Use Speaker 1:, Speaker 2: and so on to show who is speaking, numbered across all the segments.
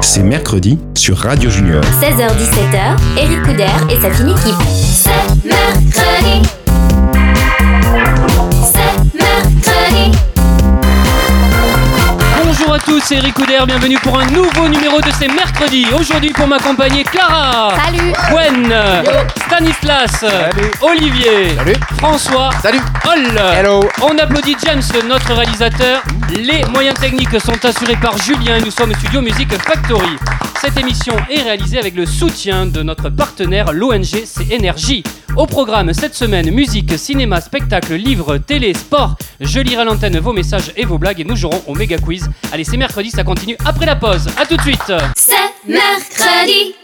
Speaker 1: c'est mercredi sur Radio Junior.
Speaker 2: 16h-17h, Eric Couder et sa fine équipe. C'est mercredi. C'est mercredi.
Speaker 3: Bonjour à tous, c'est Eric Couder, bienvenue pour un nouveau numéro de ces mercredis. Aujourd'hui pour m'accompagner Clara,
Speaker 2: Salut.
Speaker 3: Gwen, Stanislas, Olivier, François,
Speaker 4: Salut.
Speaker 3: Hol.
Speaker 4: Hello.
Speaker 3: On applaudit James, notre réalisateur. Les moyens techniques sont assurés par Julien et nous sommes au studio Music Factory. Cette émission est réalisée avec le soutien de notre partenaire l'ONG CNRJ. Au programme cette semaine, musique, cinéma, spectacle, livre, télé, sport. Je lirai à l'antenne vos messages et vos blagues et nous jouerons au méga quiz. Allez, c'est mercredi, ça continue après la pause. À tout de suite.
Speaker 2: C'est mercredi.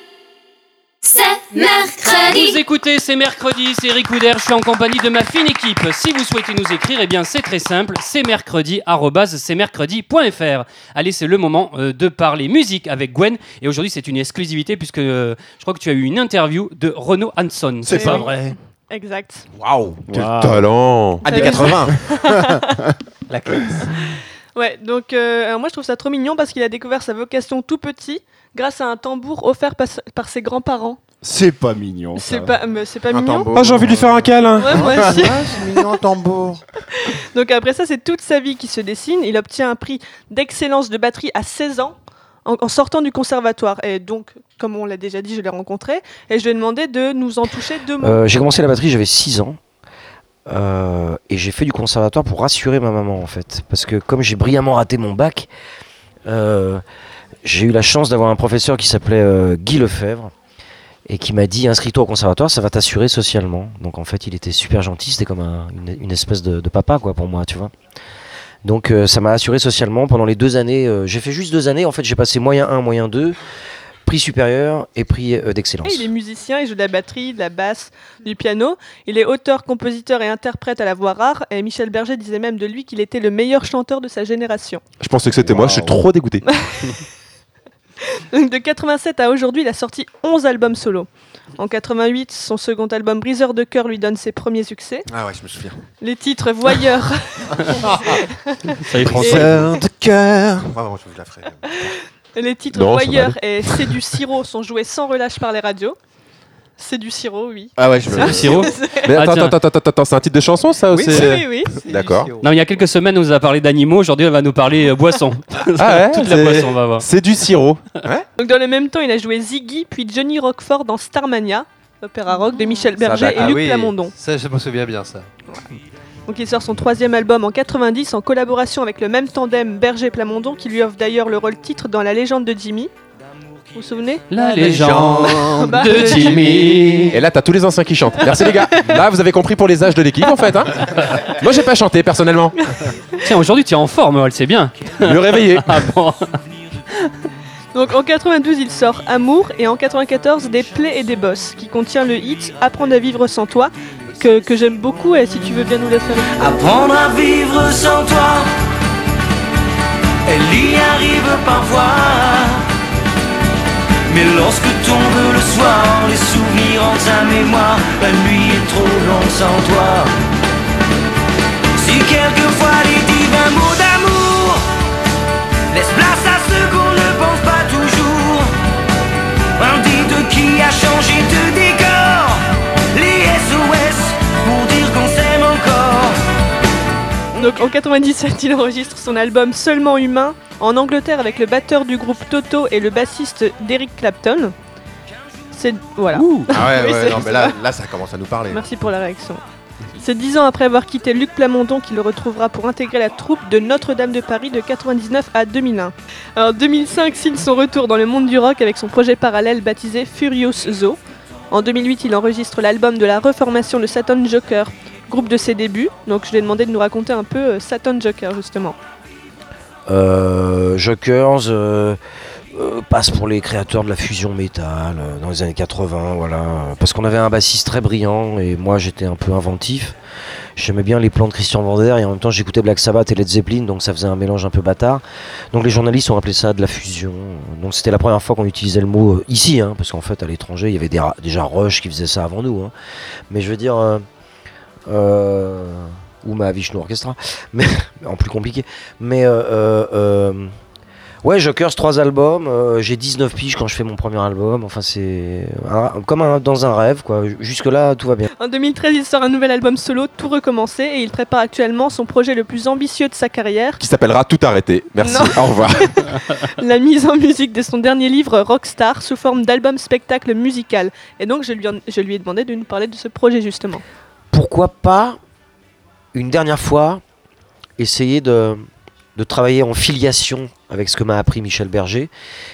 Speaker 2: C'est
Speaker 3: Vous
Speaker 2: mercredi.
Speaker 3: écoutez, c'est mercredi, c'est Eric Couder, je suis en compagnie de ma fine équipe. Si vous souhaitez nous écrire, eh bien c'est très simple, c'est mercredi, arrobase, c'est mercredi.fr. Allez, c'est le moment euh, de parler musique avec Gwen. Et aujourd'hui, c'est une exclusivité puisque euh, je crois que tu as eu une interview de Renaud Hanson.
Speaker 4: C'est
Speaker 5: pas
Speaker 4: vrai.
Speaker 5: Exact.
Speaker 4: Waouh.
Speaker 6: Quel talent
Speaker 4: Ah, des 80.
Speaker 6: La classe.
Speaker 5: Ouais, donc euh, alors moi je trouve ça trop mignon parce qu'il a découvert sa vocation tout petit grâce à un tambour offert pas- par ses grands-parents.
Speaker 6: C'est pas mignon. ça.
Speaker 5: C'est pas, euh, mais c'est pas mignon.
Speaker 4: tambour.
Speaker 7: Ah, j'ai envie de lui faire un câlin.
Speaker 5: Ouais, moi aussi.
Speaker 4: c'est mignon, tambour.
Speaker 5: Donc après ça, c'est toute sa vie qui se dessine. Il obtient un prix d'excellence de batterie à 16 ans en, en sortant du conservatoire. Et donc, comme on l'a déjà dit, je l'ai rencontré et je lui ai demandé de nous en toucher deux mots.
Speaker 8: Euh, j'ai commencé la batterie, j'avais 6 ans. Euh, et j'ai fait du conservatoire pour rassurer ma maman, en fait. Parce que comme j'ai brillamment raté mon bac, euh, j'ai eu la chance d'avoir un professeur qui s'appelait euh, Guy Lefebvre. Et qui m'a dit, inscris-toi au conservatoire, ça va t'assurer socialement. Donc en fait, il était super gentil, c'était comme un- une, une espèce de, de papa quoi pour moi, tu vois. Donc euh, ça m'a assuré socialement pendant les deux années. euh, j'ai fait juste deux années, en fait, j'ai passé moyen 1, moyen 2, prix supérieur et prix euh, d'excellence.
Speaker 5: Et Il est musicien, il joue de la batterie, de la basse, du piano. Il est auteur, compositeur et interprète à la voix rare. Et Michel Berger disait même de lui qu'il était le meilleur chanteur de sa génération.
Speaker 6: Je pensais que c'était moi, je suis trop dégoûté.
Speaker 5: Donc de 87 à aujourd'hui, il a sorti 11 albums solo. En 88, son second album Briseur de cœur lui donne ses premiers succès.
Speaker 4: Ah ouais, je me souviens.
Speaker 5: Les titres Voyeur,
Speaker 3: Ça est
Speaker 4: Briseur de cœur. Ah Vraiment, Ah, je vous la ferai.
Speaker 5: les titres
Speaker 6: Non, ça va
Speaker 5: Voyeur et C'est du sirop sont joués sans relâche par les radios. C'est du sirop, oui.
Speaker 4: Ah ouais, je me
Speaker 3: sirop
Speaker 6: Mais
Speaker 3: Ah,
Speaker 6: attends,
Speaker 3: tiens.
Speaker 6: attends, attends, attends, attends, c'est un titre de chanson ça ou
Speaker 4: Oui,
Speaker 6: Ah, c'est-
Speaker 5: Oui, oui.
Speaker 6: D'accord.
Speaker 3: Non, il y a quelques semaines, on nous a parlé d'animaux, aujourd'hui, elle va nous parler euh, boisson.
Speaker 6: Ah ouais,
Speaker 3: Toute la
Speaker 6: c'est-
Speaker 3: boisson, on va voir.
Speaker 6: C'est du sirop.
Speaker 5: Donc dans le même temps, il a joué Ziggy puis Johnny Rockford dans Starmania, l'opéra rock de Michel Berger
Speaker 7: Ah
Speaker 5: et Luc Plamondon.
Speaker 9: Ah Ça, je me souviens bien, ça.
Speaker 5: Donc il sort son troisième album en 90 en collaboration avec le même tandem Berger-Plamondon qui lui offre d'ailleurs le rôle titre dans La légende de Jimmy. Vous vous souvenez
Speaker 3: La légende
Speaker 5: Bah,
Speaker 3: de Jimmy.
Speaker 6: Et là, t'as tous les anciens qui chantent. Merci les gars. Là, vous avez compris pour les âges de l'équipe en fait. Hein moi, j'ai pas chanté personnellement.
Speaker 3: Tiens, aujourd'hui, tu es en forme, elle sait bien.
Speaker 6: Le réveiller.
Speaker 3: Ah bon
Speaker 5: Donc en 92, il sort Amour et en 94, Des plaies et des bosses qui contient le hit Apprendre à vivre sans toi que, que j'aime beaucoup et si tu veux bien nous la faire écouter.
Speaker 10: Apprendre à vivre sans toi, elle y arrive parfois. Mais lorsque tombe le soir, les souvenirs en sa mémoire, la nuit est trop longue sans toi. Si quelquefois les divins mots d'amour laissent place à ceux qu'on ne pense pas toujours, Indique qui a changé de décor, les SOS pour dire qu'on s'aime encore.
Speaker 5: Donc en 97, il enregistre son album Seulement Humain en Angleterre avec le batteur du groupe Toto et le bassiste d'Eric Clapton. C'est voilà.
Speaker 4: Ah ouais,
Speaker 5: Oui,
Speaker 4: ouais,
Speaker 5: c'est-
Speaker 4: non, mais là, là, ça commence à nous parler.
Speaker 5: Merci pour la réaction. C'est dix ans après avoir quitté Luc Plamondon qu'il le retrouvera pour intégrer la troupe de Notre-Dame de Paris de 99 à 2001. En 2005 signe son retour dans le monde du rock avec son projet parallèle baptisé Furious Zoo. En 2008, il enregistre l'album de la reformation de Satan Joker, groupe de ses débuts. Donc je lui ai demandé de nous raconter un peu euh, Satan Joker justement.
Speaker 8: Euh, Jokers euh, euh, passe pour les créateurs de la fusion métal euh, dans les années 80, voilà. Parce qu'on avait un bassiste très brillant et moi j'étais un peu inventif. J'aimais bien les plans de Christian Vander et en même temps j'écoutais Black Sabbath et Led Zeppelin, donc ça faisait un mélange un peu bâtard. Donc les journalistes ont appelé ça de la fusion. Donc c'était la première fois qu'on utilisait le mot euh, ici, hein, parce qu'en fait à l'étranger il y avait des ra- déjà Rush qui faisait ça avant nous. hein. Mais je veux dire. euh, euh, ou ma Vishnu Orchestra, mais en plus compliqué. Mais euh, euh, euh, Ouais, Jokers, trois albums. euh, j'ai 19 piges quand je fais mon premier album. Enfin, c'est un- comme un- dans un rêve, quoi. J- Jusque-là, tout va bien.
Speaker 5: En 2013, il sort un nouvel album solo, tout recommencé, et il prépare actuellement son projet le plus ambitieux de sa carrière,
Speaker 6: Qui s'appellera Tout arrêter. Merci.
Speaker 5: Non.
Speaker 6: Au revoir.
Speaker 5: la mise en musique de son dernier livre Rockstar sous forme d'album spectacle musical. Et donc je lui, en- je lui ai demandé de nous parler de ce projet justement.
Speaker 8: Pourquoi pas, une dernière fois, essayer de, de travailler en filiation avec ce que m'a appris Michel Berger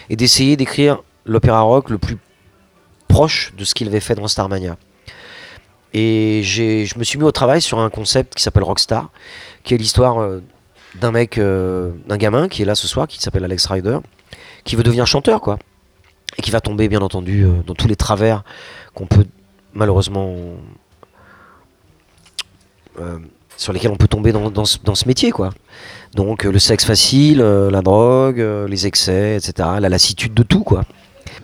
Speaker 8: et d'essayer d'écrire l'opéra rock le plus proche de ce qu'il avait fait dans Starmania. Et j'ai- je me suis mis au travail sur un concept qui s'appelle Rockstar, qui est l'histoire euh, d'un mec, euh, d'un gamin qui est là ce soir, qui s'appelle Alex Ryder, qui veut devenir chanteur, quoi. Et qui va tomber, bien entendu, euh, dans tous les travers qu'on peut malheureusement. euh, sur lesquels on peut tomber dans, dans ce, dans ce métier, quoi. Donc euh, le sexe facile, euh, la drogue, euh, les excès, etc. La lassitude de tout, quoi.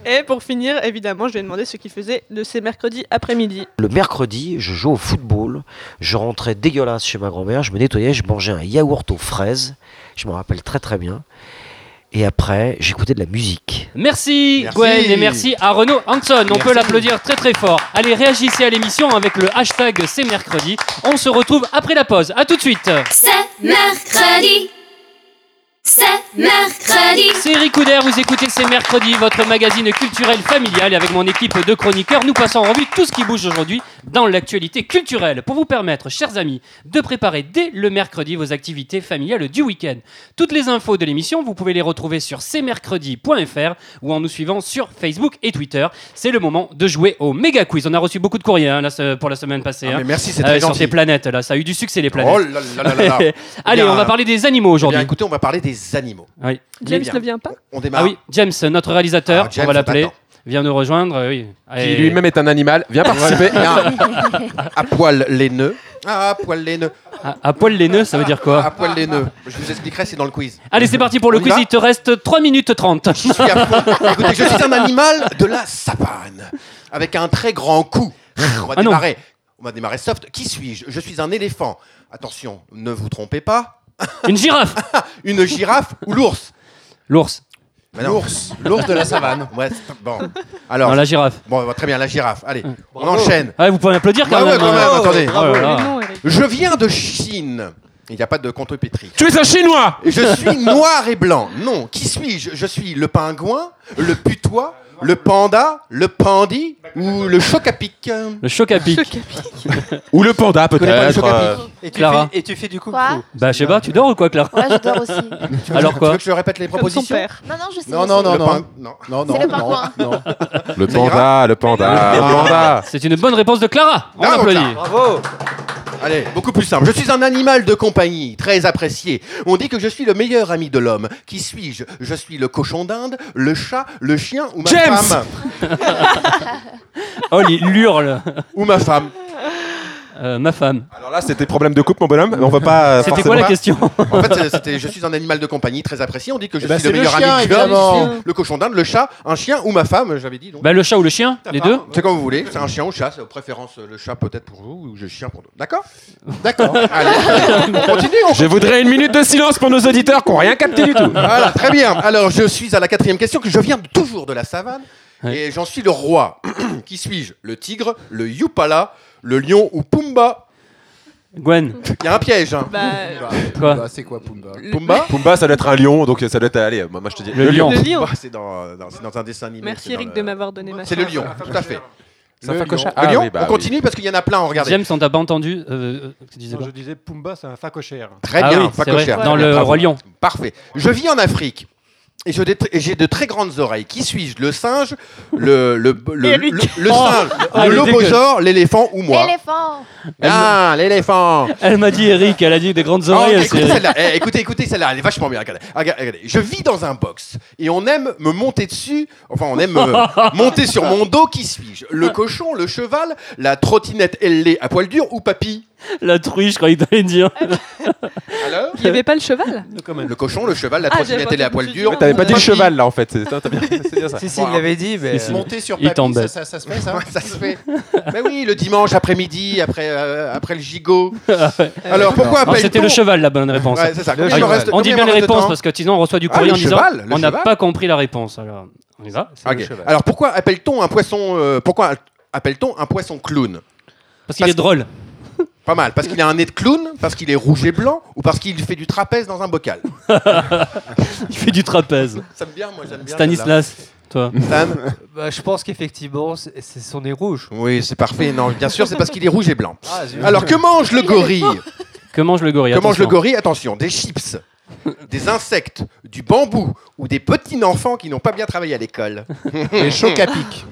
Speaker 5: Et pour finir, évidemment, je lui ai demandé ce qu'il faisait de ses mercredis après-midi.
Speaker 8: Le mercredi, je jouais au football. Je rentrais dégueulasse chez ma grand-mère. Je me nettoyais, je mangeais un yaourt aux fraises. Je m'en rappelle très très bien. Et après, j'écoutais de la musique.
Speaker 3: Merci,
Speaker 4: Merci.
Speaker 3: Gwen et merci à Renaud Hanson. On peut
Speaker 4: Merci.
Speaker 3: l'applaudir très très fort. Allez, réagissez à l'émission avec le hashtag C'est mercredi. On se retrouve après la pause. À tout de suite.
Speaker 2: C'est mercredi. C'est mercredi.
Speaker 3: C'est Eric Couder, vous écoutez C'est mercredi, votre magazine culturel familial. Et avec mon équipe de chroniqueurs, nous passons en revue tout ce qui bouge aujourd'hui dans l'actualité culturelle pour vous permettre, chers amis, de préparer dès le mercredi vos activités familiales du week-end. Toutes les infos de l'émission, vous pouvez les retrouver sur cmercredi.fr ou en nous suivant sur Facebook et Twitter. C'est le moment de jouer au méga quiz. On a reçu beaucoup de courriers hein, la se- pour la semaine passée.
Speaker 4: Ah,
Speaker 3: hein.
Speaker 4: mais merci, c'est
Speaker 3: Euh,
Speaker 4: très
Speaker 3: sur
Speaker 4: gentil.
Speaker 3: les planètes, là, ça a eu du succès les planètes.
Speaker 4: Oh là là là là là. Eh
Speaker 3: Allez,
Speaker 4: bien,
Speaker 3: on va parler des animaux aujourd'hui.
Speaker 4: Eh bien, écoutez, on va parler des animaux.
Speaker 3: Oui.
Speaker 5: James
Speaker 4: bien.
Speaker 5: ne vient pas
Speaker 4: On démarre.
Speaker 3: Ah oui, James, notre réalisateur,
Speaker 4: Ah, James,
Speaker 3: on va l'appeler,
Speaker 4: attends.
Speaker 3: vient nous rejoindre. euh, Oui.
Speaker 6: Qui
Speaker 3: Et-
Speaker 6: lui-même est un animal. Viens participer.
Speaker 4: Ah, à poil les nœuds. Ah, à poil les nœuds.
Speaker 3: à, à poil les nœuds, ça veut dire
Speaker 4: À
Speaker 3: quoi
Speaker 4: poil les nœuds. Je vous expliquerai, c'est dans le quiz.
Speaker 3: Allez, c'est parti pour le
Speaker 4: On y
Speaker 3: quiz.
Speaker 4: va
Speaker 3: Il te reste 3 minutes 30.
Speaker 4: J'y suis à fond. Écoutez, je suis un animal de la savane. Avec un très grand cou. On va
Speaker 3: Ah non.
Speaker 4: démarrer. On va démarrer soft. Qui suis-je Je suis un éléphant. Attention, ne vous trompez pas.
Speaker 3: Une girafe
Speaker 4: Une girafe ou l'ours
Speaker 3: L'ours.
Speaker 4: L'ours. L'ours de la savane. Ouais, c'est- bon. Alors,
Speaker 3: Non, la girafe.
Speaker 4: bon, bah, très bien, la girafe. Allez, on enchaîne. Ah
Speaker 3: Ouais, vous pouvez applaudir quand
Speaker 4: Ouais,
Speaker 3: même.
Speaker 4: ouais, quand
Speaker 3: hein.
Speaker 4: même, attendez.
Speaker 3: Oh là là.
Speaker 5: Mais non, Eric.
Speaker 4: Je viens de Chine. Il n'y a pas de contrepétrie.
Speaker 6: tu es un chinois.
Speaker 4: Je suis noir et blanc. Non, qui suis-je Je suis le pingouin, le putois, le panda, le pandi ou le choc à pic.
Speaker 3: Le choc à pic.
Speaker 6: Ou le panda
Speaker 4: connais pas le
Speaker 6: peut-être.
Speaker 4: choc à
Speaker 6: euh,
Speaker 7: Et tu,
Speaker 3: Clara.
Speaker 7: fais, et tu fais du coup.
Speaker 9: Quoi
Speaker 3: Bah, je sais pas, tu dors ou quoi, Clara
Speaker 9: Ouais, je dors aussi.
Speaker 3: Alors
Speaker 4: Tu veux
Speaker 3: quoi
Speaker 4: que je répète les
Speaker 5: Comme son
Speaker 4: propositions
Speaker 5: père.
Speaker 9: Non, non, je sais.
Speaker 11: Non,
Speaker 9: je
Speaker 11: non,
Speaker 9: sais.
Speaker 11: non,
Speaker 4: Le
Speaker 11: non.
Speaker 4: pin- non.
Speaker 11: Non, non,
Speaker 9: C'est le
Speaker 11: non,
Speaker 9: pingouin.
Speaker 11: non.
Speaker 6: Le
Speaker 4: Ça ira
Speaker 6: panda, le panda, le panda.
Speaker 3: C'est une bonne réponse de Clara. On
Speaker 4: Bravo,
Speaker 3: applaudit.
Speaker 7: Bravo
Speaker 4: Allez, beaucoup plus simple. Je suis un animal de compagnie, très apprécié. On dit que je suis le meilleur ami de l'homme. Qui suis-je Je suis le cochon d'Inde, le chat, le chien ou ma
Speaker 6: James
Speaker 4: femme
Speaker 3: Oh, il hurle.
Speaker 4: Ou ma femme.
Speaker 3: Euh, ma femme.
Speaker 6: Alors là, c'était problème de couple, mon bonhomme. mais On va pas. euh,
Speaker 3: C'était
Speaker 6: forcément
Speaker 3: quoi la
Speaker 6: pas-
Speaker 3: question
Speaker 4: En fait, c'est- c'était je suis un animal de compagnie, très apprécié. On dit que je
Speaker 11: Eh ben,
Speaker 4: suis le
Speaker 11: c'est le
Speaker 4: meilleur
Speaker 11: chien,
Speaker 4: ami de l'homme.
Speaker 5: évidemment.
Speaker 4: Le cochon d'Inde, le chat, un chien ou ma femme, j'avais dit. Donc.
Speaker 3: Bah, le chat ou le chien Les deux
Speaker 4: C'est comme vous voulez, c'est un chien ou chat, c'est aux préférences euh, le chat peut-être pour vous ou le chien pour nous. D'accord D'accord. Allez, on continue, on
Speaker 6: Je voudrais une minute de silence pour nos auditeurs qui n'ont rien capté du tout.
Speaker 4: Voilà, très bien. Alors, je suis à la quatrième question, que je viens toujours de la savane, et j'en suis le roi. Qui suis-je Le tigre, le yupala, le lion ou Pumba
Speaker 3: Gwen,
Speaker 4: Il y a un piège. hein.
Speaker 5: Bah,
Speaker 3: quoi
Speaker 11: Bah, c'est quoi Pumba
Speaker 4: Pumba
Speaker 6: Pumba, ça doit être un lion, donc ça doit être. Allez, euh, moi moi, je te dis.
Speaker 3: Le lion.
Speaker 5: le lion.
Speaker 4: Bah, C'est dans, euh, dans- c'est dans un dessin animé.
Speaker 5: Merci
Speaker 4: c'est dans
Speaker 5: Eric
Speaker 4: le-
Speaker 5: de m'avoir donné ma
Speaker 4: C'est le
Speaker 5: chance.
Speaker 4: lion, tout à fait.
Speaker 11: Ça fait
Speaker 6: Safacocha.
Speaker 11: cochon.
Speaker 6: Ah
Speaker 4: le lion,
Speaker 6: oui, bah
Speaker 4: on continue parce qu'il y en a plein, regardez.
Speaker 3: James, on t'a pas entendu. euh, euh, tu disais quoi
Speaker 11: Je disais Pumba, c'est un facochère.
Speaker 4: Très
Speaker 3: Ah
Speaker 4: bien,
Speaker 3: oui,
Speaker 4: pas
Speaker 3: c'est vrai,
Speaker 4: cochère.
Speaker 3: dans
Speaker 4: Très bien,
Speaker 3: le
Speaker 4: bravo.
Speaker 3: Roi Lion.
Speaker 4: Parfait. Je vis en Afrique. Et je dé- et j'ai de très grandes oreilles. Qui suis-je Le singe, le, le, le,
Speaker 5: Eric.
Speaker 4: le- le
Speaker 3: Oh.
Speaker 4: singe,
Speaker 3: Ah, il
Speaker 4: le
Speaker 3: est
Speaker 4: lobosaure, l'éléphant ou moi
Speaker 9: Éléphant.
Speaker 4: Ah, l'éléphant
Speaker 3: Elle m'a dit Eric, elle a dit des grandes
Speaker 4: Ah, ok,
Speaker 3: oreilles. elle
Speaker 4: écoutez
Speaker 3: s'est-
Speaker 4: celle-là, Eh, écoutez, écoutez celle-là, elle est vachement bien. Regardez. Ah, regardez, regardez. Je vis dans un box et on aime me monter dessus. Enfin, on aime me monter sur mon dos. Qui suis-je Le cochon, le cheval, la trottinette ailée à poil dur ou papy
Speaker 3: La truche quand il doit les dire.
Speaker 4: Alors
Speaker 5: Il n'y avait pas le cheval
Speaker 4: Le cochon, le cheval, la
Speaker 5: Ah,
Speaker 4: trottinette et
Speaker 5: j'avais pas
Speaker 4: la
Speaker 5: compris,
Speaker 4: poêle
Speaker 5: tu
Speaker 4: dure.
Speaker 5: vois.
Speaker 6: T'avais pas dit
Speaker 5: Papy.
Speaker 6: cheval là en fait. C'est t'as bien- c'est bien ça.
Speaker 7: Si, si, il l'avait dit, mais.
Speaker 3: Si, si.
Speaker 7: euh,
Speaker 3: Monter
Speaker 9: Monter sur
Speaker 3: Il
Speaker 9: papy, ça,
Speaker 3: t'embête.
Speaker 9: ça, ça se fait ça
Speaker 4: Ouais, ça se fait. Mais oui, le dimanche après-midi, après, euh, après le gigot. Alors pourquoi
Speaker 3: Ah, C'était le
Speaker 4: appelle-t-on
Speaker 3: cheval la bonne réponse.
Speaker 4: Ouais, c'est ça. Combien
Speaker 7: Le
Speaker 4: il en
Speaker 7: cheval.
Speaker 4: reste-
Speaker 3: on dit
Speaker 4: combien
Speaker 3: bien
Speaker 4: il en
Speaker 3: les
Speaker 4: reste de
Speaker 3: réponses
Speaker 4: temps
Speaker 3: parce que sinon on reçoit du
Speaker 4: Ah,
Speaker 3: courrier
Speaker 4: le
Speaker 3: en disant
Speaker 4: cheval, le
Speaker 3: on n'a
Speaker 4: cheval.
Speaker 3: pas compris la réponse. Alors on y va. c'est le
Speaker 4: Ok.
Speaker 3: cheval.
Speaker 4: Alors pourquoi appelle-t-on un poisson euh, pourquoi appelle-t-on un poisson clown
Speaker 3: Parce qu'il
Speaker 4: Parce
Speaker 3: est drôle.
Speaker 4: Pas mal, parce qu'il a un nez de clown, parce qu'il est rouge et blanc ou parce qu'il fait du trapèze dans un bocal.
Speaker 3: Il fait du trapèze.
Speaker 4: Ça me bien, moi j'aime bien.
Speaker 3: Stanislas, toi.
Speaker 4: celle-là. Sam
Speaker 7: bah, je pense qu'effectivement, c'est c'est son nez rouge.
Speaker 4: Oui, c'est parfait. Non, bien sûr, c'est parce qu'il est rouge et blanc.
Speaker 7: Ah, zut.
Speaker 4: Alors que mange le gorille
Speaker 3: Que mange le gorille
Speaker 4: Que mange le
Speaker 3: Attention.
Speaker 4: gorille Attention, des chips, des insectes, du bambou ou des petits enfants qui n'ont pas bien travaillé à l'école.
Speaker 9: Les chocs à pic.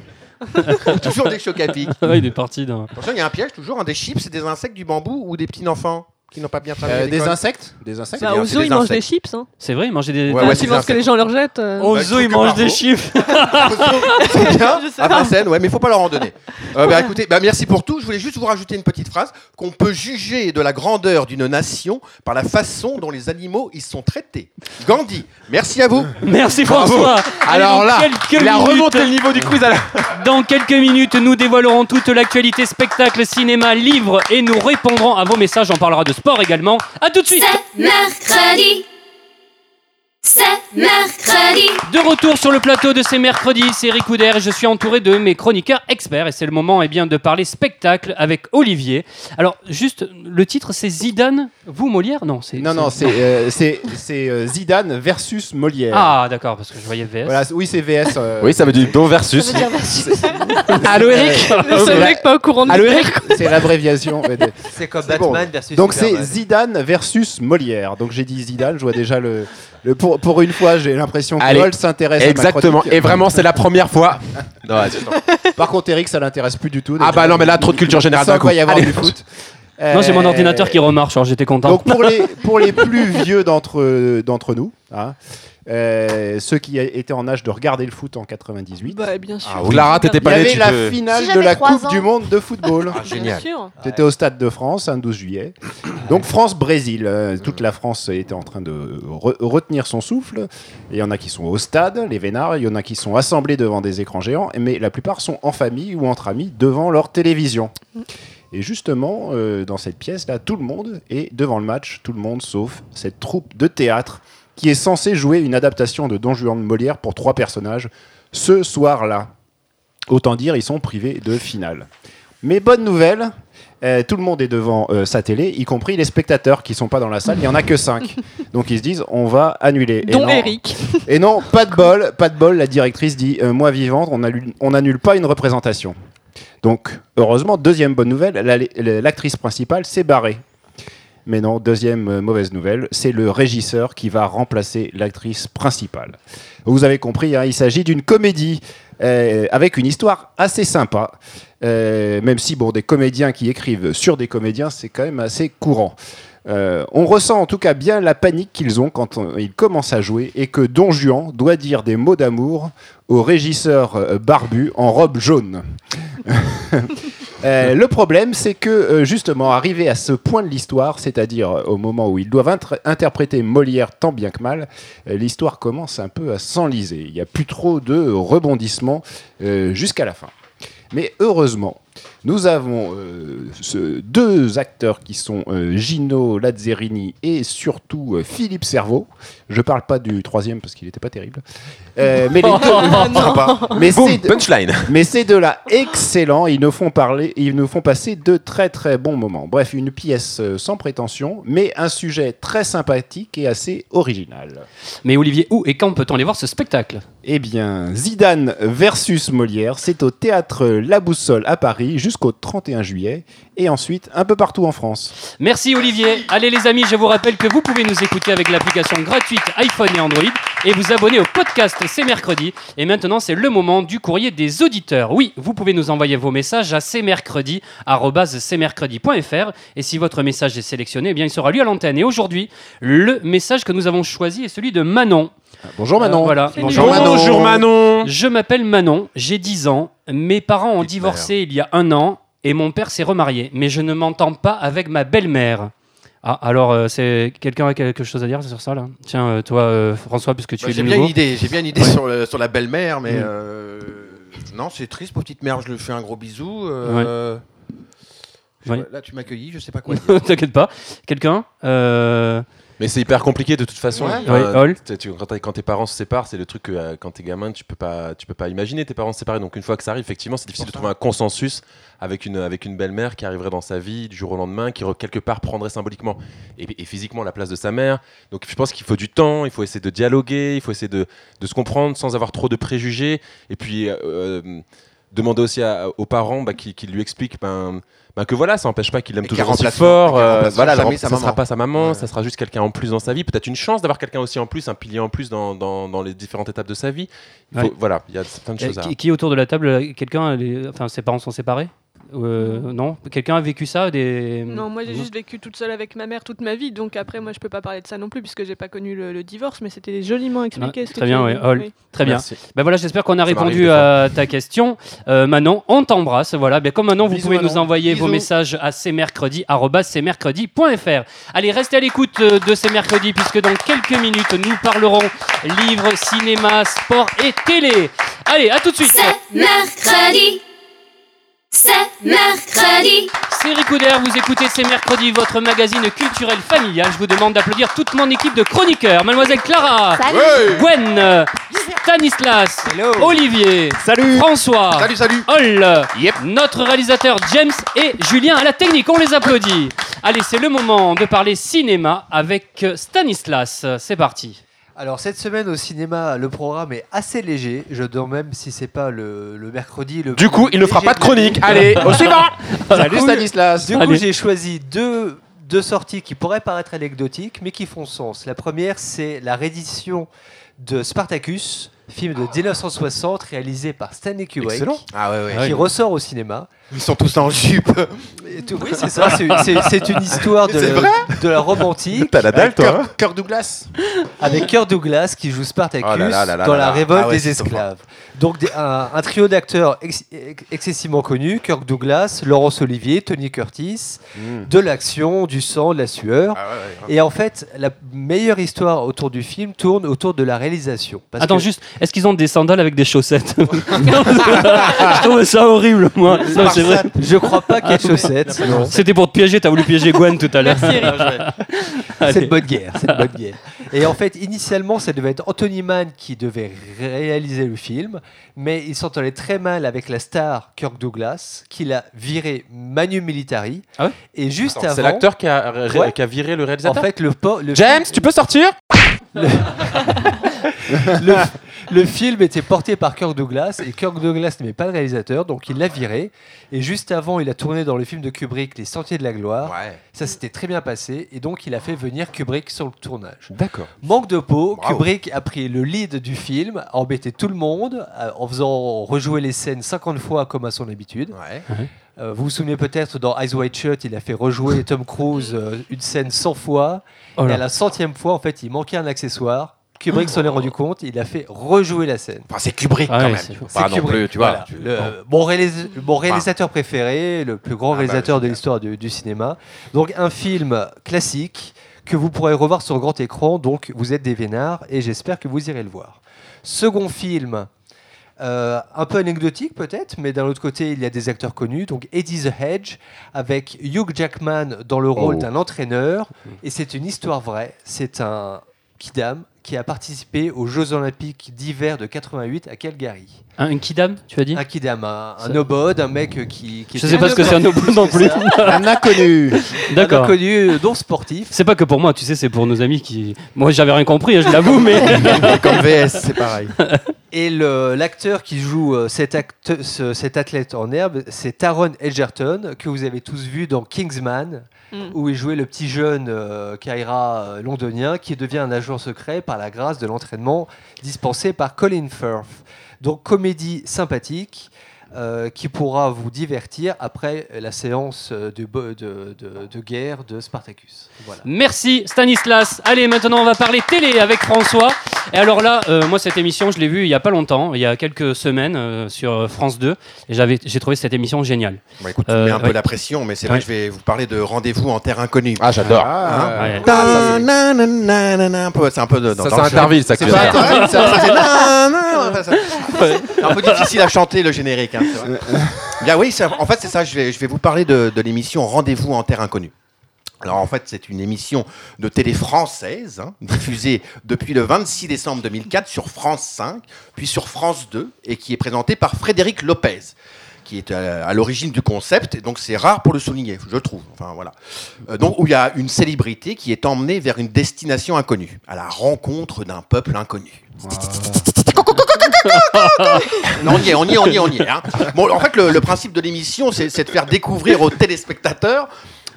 Speaker 4: toujours des chocs à pic.
Speaker 3: Ouais, Ah il est parti d'un.
Speaker 4: Attention, il y a un piège toujours hein, des chips, des insectes, du bambou ou des petits enfants qui n'ont pas bien travaillé à
Speaker 9: Euh,
Speaker 4: l'école.
Speaker 9: des insectes Des insectes
Speaker 4: C'est
Speaker 6: Eh
Speaker 5: Bah,
Speaker 4: bien,
Speaker 5: Au
Speaker 4: c'est
Speaker 5: zoo,
Speaker 4: des
Speaker 5: ils mangent
Speaker 4: insectes.
Speaker 5: des chips. Hein.
Speaker 3: C'est vrai, il mangeait des.
Speaker 4: Ouais,
Speaker 3: des-
Speaker 4: ouais,
Speaker 5: tu
Speaker 4: c'est
Speaker 5: penses que
Speaker 4: des
Speaker 5: les gens leur jettent euh,
Speaker 3: Au
Speaker 4: Bah, je
Speaker 3: zoo,
Speaker 4: trouve
Speaker 3: il
Speaker 4: que
Speaker 3: mange
Speaker 4: bravo.
Speaker 3: des chiffres.
Speaker 4: C'est bien
Speaker 5: Je sais
Speaker 4: à
Speaker 5: pas.
Speaker 4: Vincennes, ouais, mais faut pas leur en donner. Euh, bah, écoutez, bah, merci pour tout. Je voulais juste vous rajouter une petite phrase qu'on peut juger de la grandeur d'une nation par la façon dont les animaux y sont traités. Gandhi, merci à vous.
Speaker 3: Merci François.
Speaker 6: Alors
Speaker 3: Allez, dans
Speaker 6: là,
Speaker 3: quelques
Speaker 6: Il a
Speaker 3: minutes-
Speaker 6: remonté le niveau du quiz à la.
Speaker 3: Dans quelques minutes, nous dévoilerons toute l'actualité spectacle, cinéma, livre et nous répondrons à vos messages. On parlera de sport également. À tout de suite.
Speaker 2: C'est mercredi. C'est mercredi.
Speaker 3: De retour sur le plateau de ces mercredis, c'est Ricoudère et je suis entouré de mes chroniqueurs experts et c'est le moment eh bien, de parler spectacle avec Olivier. Alors juste, le titre c'est Zidane, vous Molière Non, c'est...
Speaker 9: Non, non, c'est euh, c'est- c'est, euh, Zidane versus Molière.
Speaker 3: Ah d'accord, parce que je voyais VS.
Speaker 9: Voilà, c'est- oui, c'est VS. euh,
Speaker 6: Oui, ça veut dire don versus.
Speaker 3: Allô Eric
Speaker 5: Le seul
Speaker 9: Voilà.
Speaker 5: mec pas au courant de
Speaker 9: Allô,
Speaker 5: l'hiver.
Speaker 9: Eric C'est l'abréviation. ouais, de-
Speaker 7: C'est comme
Speaker 9: C'est bon.
Speaker 7: Batman versus.
Speaker 9: Donc c'est
Speaker 7: Superman.
Speaker 9: Zidane versus Molière. Donc j'ai dit Zidane, je vois déjà le. le- pour, pour une fois, j'ai l'impression que
Speaker 6: Allez.
Speaker 9: Paul s'intéresse à ma
Speaker 6: Exactement.
Speaker 9: chronique.
Speaker 6: Et vraiment, c'est la première fois.
Speaker 9: Par contre, Eric, ça l'intéresse plus du tout.
Speaker 6: Ah bah non, mais là, trop de culture générale d'un
Speaker 9: ça
Speaker 6: coup.
Speaker 9: va y avoir
Speaker 6: Allez.
Speaker 9: du foot.
Speaker 3: Non, j'ai mon
Speaker 9: Euh,
Speaker 3: ordinateur qui remarche, alors j'étais content.
Speaker 9: Donc pour les, pour les plus vieux d'entre d'entre nous, hein, euh, ceux qui étaient en âge de regarder le foot en
Speaker 5: Oui,
Speaker 9: 98,
Speaker 5: Bah, bien sûr.
Speaker 6: Clara,
Speaker 9: Ah il
Speaker 6: t'étais
Speaker 9: y
Speaker 6: pas née.
Speaker 9: avait
Speaker 6: tu
Speaker 9: la
Speaker 6: te-
Speaker 9: finale
Speaker 2: Si
Speaker 9: de
Speaker 2: j'avais
Speaker 9: la Ah,
Speaker 2: trois
Speaker 9: Coupe
Speaker 2: ans.
Speaker 9: du Monde de football.
Speaker 5: Bien sûr.
Speaker 9: T'étais au Stade de France, un 12 juillet. Donc France-Brésil. euh, toute la France était en train de re- retenir son souffle. Il y en a qui sont au stade, les vénards. Il y en a qui sont assemblés devant des écrans géants. Mais la plupart sont en famille ou entre amis devant leur télévision. Et justement, euh, dans cette pièce-là, tout le monde est devant le match. Tout le monde sauf cette troupe de théâtre qui est censée jouer une adaptation de Don Juan de Molière pour trois personnages ce soir-là. Autant dire, ils sont privés de finale. Mais bonne nouvelle, euh, tout le monde est devant euh, sa télé, y compris les spectateurs qui sont pas dans la salle. Il y en a que 5. Donc ils se disent, on va annuler. Et
Speaker 5: Dont
Speaker 9: non-
Speaker 5: Eric.
Speaker 9: Et non, pas de bol, pas de bol. La directrice dit, euh, moi vivante, on annule, on annule pas une représentation. Donc heureusement, deuxième bonne nouvelle, la- la- l'actrice principale s'est barrée. Mais non, deuxième euh, mauvaise nouvelle, c'est le régisseur qui va remplacer l'actrice principale. Vous avez compris, hein, il s'agit d'une comédie euh, avec une histoire assez sympa. Euh, même si bon, des comédiens qui écrivent sur des comédiens, c'est quand même assez courant. Euh, on ressent en tout cas bien la panique qu'ils ont quand euh, ils commencent à jouer et que Don Juan doit dire des mots d'amour au régisseur euh, barbu en robe jaune. Euh, le problème, c'est que euh, justement, arrivé à ce point de l'histoire, c'est-à-dire euh, au moment où ils doivent intre- interpréter Molière tant bien que mal, euh, l'histoire commence un peu à s'enliser. Il n'y a plus trop de rebondissements euh, jusqu'à la fin. Mais heureusement, nous avons euh, ce- deux acteurs qui sont euh, Gino Lazzerini et surtout euh, Philippe Servo. Je parle pas du troisième parce qu'il n'était pas terrible. Euh, mais les deux- mais
Speaker 6: Boum,
Speaker 9: c'est-
Speaker 6: punchline.
Speaker 9: mais ces deux-là, excellents, ils nous font parler, ils nous font passer de très très bons moments. Bref, une pièce euh, sans prétention, mais un sujet très sympathique et assez original.
Speaker 3: Mais Olivier, où et quand peut-on les voir ce spectacle
Speaker 9: Eh bien, Zidane versus Molière, c'est au théâtre La Boussole à Paris jusqu'au 31 juillet et ensuite un peu partout en France.
Speaker 3: Merci Olivier. Allez les amis, je vous rappelle que vous pouvez nous écouter avec l'application gratuite iPhone et Android et vous abonner au podcast, c'est mercredi. Et maintenant, c'est le moment du courrier des auditeurs. Oui, vous pouvez nous envoyer vos messages à cmercredi@cmercredi.fr et si votre message est sélectionné, eh bien il sera lu à l'antenne. Et aujourd'hui, le message que nous avons choisi est celui de Manon.
Speaker 9: Bonjour Manon.
Speaker 3: Euh, voilà.
Speaker 9: Bonjour Manon.
Speaker 6: Manon.
Speaker 3: Je m'appelle Manon, j'ai 10 ans. Mes parents ont divorcé il y a un an et mon père s'est remarié, mais je ne m'entends pas avec ma belle-mère. Ah, alors, euh, c'est quelqu'un a quelque chose à dire sur ça là Tiens, euh, toi, euh, François, puisque tu
Speaker 4: Bah,
Speaker 3: es
Speaker 4: j'ai
Speaker 3: du
Speaker 4: bien une
Speaker 3: nouveau.
Speaker 4: idée, j'ai bien une idée
Speaker 3: Ouais.
Speaker 4: sur, le- sur la belle-mère, mais
Speaker 3: Mm.
Speaker 4: euh, non, c'est triste, pour petite mère, je lui fais un gros bisou. euh, je-
Speaker 3: Ouais.
Speaker 4: Là, tu m'accueillis, je sais pas quoi.
Speaker 3: T'inquiète pas. Quelqu'un
Speaker 6: Mais c'est hyper compliqué de toute façon.
Speaker 4: Ouais.
Speaker 6: Enfin,
Speaker 3: Ouais, Hall.
Speaker 6: t'es- tu- quand, t'es- quand tes parents se séparent, c'est le truc que euh, quand t'es gamin, tu peux pas, tu peux pas imaginer tes parents se séparer. Donc une fois que ça arrive, effectivement, c'est difficile de trouver un consensus avec une avec une belle-mère qui arriverait dans sa vie du jour au lendemain, qui re- quelque part prendrait symboliquement et, et physiquement la place de sa mère. Donc je pense qu'il faut du temps, il faut essayer de dialoguer, il faut essayer de, de se comprendre sans avoir trop de préjugés. Et puis euh, euh, demander aussi à- aux parents bah, qui, qui lui expliquent ben, ben, que voilà, ça n'empêche pas qu'il aime
Speaker 4: qu'elle
Speaker 6: toujours aussi
Speaker 4: remplace-
Speaker 6: fort.
Speaker 4: qu'elle
Speaker 6: euh,
Speaker 4: remplacera
Speaker 6: voilà, elle
Speaker 4: jamais
Speaker 6: rem-
Speaker 4: sa
Speaker 6: ça sera
Speaker 4: maman.
Speaker 6: pas sa maman, ça sera juste quelqu'un en plus dans sa vie. Peut-être une chance d'avoir quelqu'un aussi en plus, un pilier en plus dans, dans- dans les différentes étapes de sa vie. Il faut-
Speaker 3: Ouais.
Speaker 6: Voilà, il y a plein de
Speaker 3: Euh,
Speaker 6: choses à.
Speaker 3: qui, qui est autour de la table euh, Quelqu'un les- Enfin, ses parents sont séparés Euh, Non Quelqu'un a vécu ça des...
Speaker 5: Non, moi
Speaker 4: Mhm.
Speaker 5: j'ai juste vécu toute seule avec ma mère toute ma vie, donc après moi je peux pas parler de ça non plus puisque j'ai pas connu le, le divorce, mais c'était joliment
Speaker 3: Ah,
Speaker 5: expliqué. ce que tu
Speaker 3: très bien,
Speaker 5: as
Speaker 3: ouais,
Speaker 5: dit.
Speaker 3: Hall.
Speaker 5: Oui.
Speaker 3: Très bien.
Speaker 6: Merci.
Speaker 3: Ben voilà, j'espère qu'on a
Speaker 6: Ça m'arrive
Speaker 3: répondu
Speaker 6: des
Speaker 3: à ta question. Euh, Manon, on t'embrasse. Voilà. Ben, comme Manon, vous
Speaker 6: Bisous,
Speaker 3: pouvez nous
Speaker 6: Manon.
Speaker 3: envoyer vos
Speaker 6: Bisous.
Speaker 3: messages à cmercredi.fr. Allez, restez à l'écoute euh, de ces mercredis, puisque dans quelques minutes, nous parlerons livres, cinéma, sport et télé. Allez, à tout de suite.
Speaker 2: Mercredi. C'est mercredi.
Speaker 3: C'est Ricoudère, vous écoutez C'est mercredi, votre magazine culturel familial. Je vous demande d'applaudir toute mon équipe de chroniqueurs. Mademoiselle Clara,
Speaker 2: Salut.
Speaker 4: Ouais.
Speaker 3: Gwen, euh, Stanislas, Olivier, François,
Speaker 4: Salut, salut.
Speaker 3: Hall, notre réalisateur James et Julien à la technique. On les applaudit. Allez, c'est le moment de parler cinéma avec euh, Stanislas. C'est parti.
Speaker 7: Alors cette semaine au cinéma, le programme est assez léger. Je dors même si c'est pas le, le mercredi. Le
Speaker 6: Du coup, il ne fera
Speaker 7: léger
Speaker 6: pas de chronique.
Speaker 7: la-
Speaker 6: Allez, au suivant.
Speaker 7: Du
Speaker 6: Salut,
Speaker 7: coup,
Speaker 6: Stanislas.
Speaker 7: Du coup,
Speaker 6: Allez.
Speaker 7: j'ai choisi deux, deux sorties qui pourraient paraître anecdotiques, mais qui font sens. La première, c'est la réédition de Spartacus, film de 1960 réalisé par Stanley Kubrick.
Speaker 4: Excellent. Ah ouais, ouais.
Speaker 7: Qui ressort au cinéma.
Speaker 4: Ils sont tous en jupe.
Speaker 7: Et tout- oui, c'est ça. C'est- C'est c'est une histoire de,
Speaker 4: C'est vrai
Speaker 7: de la romantique.
Speaker 6: T'as la dalle,
Speaker 9: Bah,
Speaker 6: toi, hein
Speaker 7: Kirk Douglas. Avec Kirk Douglas qui joue Spartacus
Speaker 6: Oh là là là là
Speaker 7: dans
Speaker 6: là
Speaker 7: la
Speaker 6: là.
Speaker 7: révolte
Speaker 6: Ah ouais,
Speaker 7: des
Speaker 6: c'est trop
Speaker 7: esclaves. Donc des- un, un trio d'acteurs ex- ex- excessivement connus Kirk Douglas, Laurence Olivier, Tony Curtis,
Speaker 6: Hmm.
Speaker 4: Mm.
Speaker 7: de l'action, du sang, de la sueur.
Speaker 4: Ah ouais, ouais, grave.
Speaker 7: Et en fait, la meilleure histoire autour du film tourne autour de la réalisation. Parce
Speaker 3: Attends
Speaker 7: que-
Speaker 3: juste, est-ce qu'ils ont des sandales avec des chaussettes Je trouve ça horrible, moi. Non, c'est vrai. Ah,
Speaker 7: Je crois pas qu'il y ait de chaussettes. non.
Speaker 3: C'était pour te piéger, t'as voulu piéger Gwen tout à l'heure.
Speaker 7: Merci, Eric.
Speaker 3: Allez.
Speaker 7: C'est de bonne guerre, c'est de bonne guerre. Et en fait, initialement, ça devait être Anthony Mann qui devait réaliser le film, mais il s'entendait très mal avec la star Kirk Douglas, qu'il a viré Manu Militari.
Speaker 6: Ah ouais
Speaker 7: et juste
Speaker 6: Attends,
Speaker 7: avant,
Speaker 6: c'est l'acteur qui a ré-
Speaker 7: Ouais.
Speaker 6: qui a viré le réalisateur
Speaker 7: En fait, le, po- le
Speaker 6: James, tu peux sortir
Speaker 7: le, le film était porté par Kirk Douglas et Kirk Douglas n'aimait pas le réalisateur, donc il l'a viré. Et juste avant, il a tourné dans le film de Kubrick, Les Sentiers de la Gloire. Ça s'était très bien passé et donc il a fait venir Kubrick sur le tournage.
Speaker 6: D'accord.
Speaker 7: Manque de peau,
Speaker 4: Bravo.
Speaker 7: Kubrick a pris le lead du film, a embêté tout le monde euh, en faisant rejouer les scènes 50 fois comme à son habitude.
Speaker 4: Ouais.
Speaker 7: Euh, vous vous souvenez peut-être dans Eyes Wide Shut, il a fait rejouer Tom Cruise euh, une scène 100 fois.
Speaker 3: Oh
Speaker 7: et
Speaker 3: là.
Speaker 7: à la centième fois, en fait, il manquait un accessoire. Kubrick s'en est rendu compte, il a fait rejouer la scène.
Speaker 4: Ah. Enfin, c'est Kubrick
Speaker 3: Ah
Speaker 4: quand
Speaker 3: ouais,
Speaker 4: même.
Speaker 3: c'est chaud.
Speaker 4: Pas non
Speaker 7: Kubrick,
Speaker 4: plus, tu vois.
Speaker 7: voilà.
Speaker 4: tu-
Speaker 7: Le- mon, réalis- mon réalisateur préféré, le plus grand
Speaker 4: bah,
Speaker 7: réalisateur de
Speaker 4: génial.
Speaker 7: l'histoire du, du cinéma. Donc un film classique que vous pourrez revoir sur grand écran. Donc vous êtes des vénards et j'espère que vous irez le voir. Second film, euh, un peu anecdotique peut-être, mais d'un autre côté il y a des acteurs connus. Donc Eddie the Hedge avec Hugh Jackman dans le rôle
Speaker 6: Oh.
Speaker 7: d'un entraîneur.
Speaker 3: Mm.
Speaker 7: Et c'est une histoire vraie. C'est un kidam qui a participé aux Jeux Olympiques d'hiver de 88 à Calgary.
Speaker 3: Un, un kidam, tu as dit
Speaker 7: Un kidam, un, un
Speaker 3: Ça-
Speaker 7: obode, un mec euh, qui. qui
Speaker 3: Je
Speaker 7: était
Speaker 3: sais pas ce que c'est un
Speaker 7: sportif,
Speaker 3: obode non
Speaker 7: c'est
Speaker 3: plus.
Speaker 7: ça.
Speaker 9: Un inconnu.
Speaker 3: D'accord.
Speaker 7: Un inconnu non sportif.
Speaker 3: C'est pas que pour moi, tu sais, c'est pour nos amis qui. Moi, j'avais rien compris, hein, je l'avoue, mais.
Speaker 4: Comme VS, c'est pareil.
Speaker 7: Et le- l'acteur qui joue euh, cet, acte- ce- cet athlète en herbe, c'est Taron Edgerton, que vous avez tous vu dans Kingsman,
Speaker 5: Mm.
Speaker 7: où il jouait le petit jeune euh, Kyra euh, londonien qui devient un agent secret par la grâce de l'entraînement dispensé par Colin Firth. Donc comédie sympathique. euh, qui pourra vous divertir après la séance euh, de, bo- de- de- de guerre de Spartacus. Voilà.
Speaker 3: Merci Stanislas. Allez, maintenant on va parler télé avec François. Et alors là, euh, moi cette émission, je l'ai vue il y a pas longtemps, il y a quelques semaines euh, sur euh, France 2. Et j'avais, j'ai trouvé cette émission géniale. Euh,
Speaker 4: Bon, Bah, écoute, tu mets un peu la pression, mais c'est vrai
Speaker 3: Ouais.
Speaker 4: que je vais vous parler de rendez-vous en terre inconnue.
Speaker 6: Ah, j'adore.
Speaker 4: Hein
Speaker 6: Ouais.
Speaker 4: Ta- na- na- na- na- na- un peu- C'est un peu de.
Speaker 6: Ça, c'est Interville, ça,
Speaker 4: C'est
Speaker 6: que
Speaker 4: pas
Speaker 6: tu viens de
Speaker 4: Interville,
Speaker 6: dire.
Speaker 4: ça. ça, c'est- na- na- na- ça, ça. C'est un peu difficile à chanter le générique. hein, c'est vrai. Bien oui, ça- en fait, c'est ça. Je vais, je vais vous parler de, de l'émission Rendez-vous en terre inconnue. Alors en fait, c'est une émission de télé française, hein, diffusée depuis le 26 décembre 2004 sur France 5, puis sur France 2, et qui est présentée par Frédéric Lopez, qui est euh, à, l'origine du concept, et donc c'est rare pour le souligner, je trouve. Enfin voilà. Euh, donc où il y a une célébrité qui est emmenée vers une destination inconnue, à la rencontre d'un peuple inconnu. Non, on y est, on y est, on y est, on y est. hein. Bon, en fait, le, le principe de l'émission, c'est c'est de faire découvrir aux téléspectateurs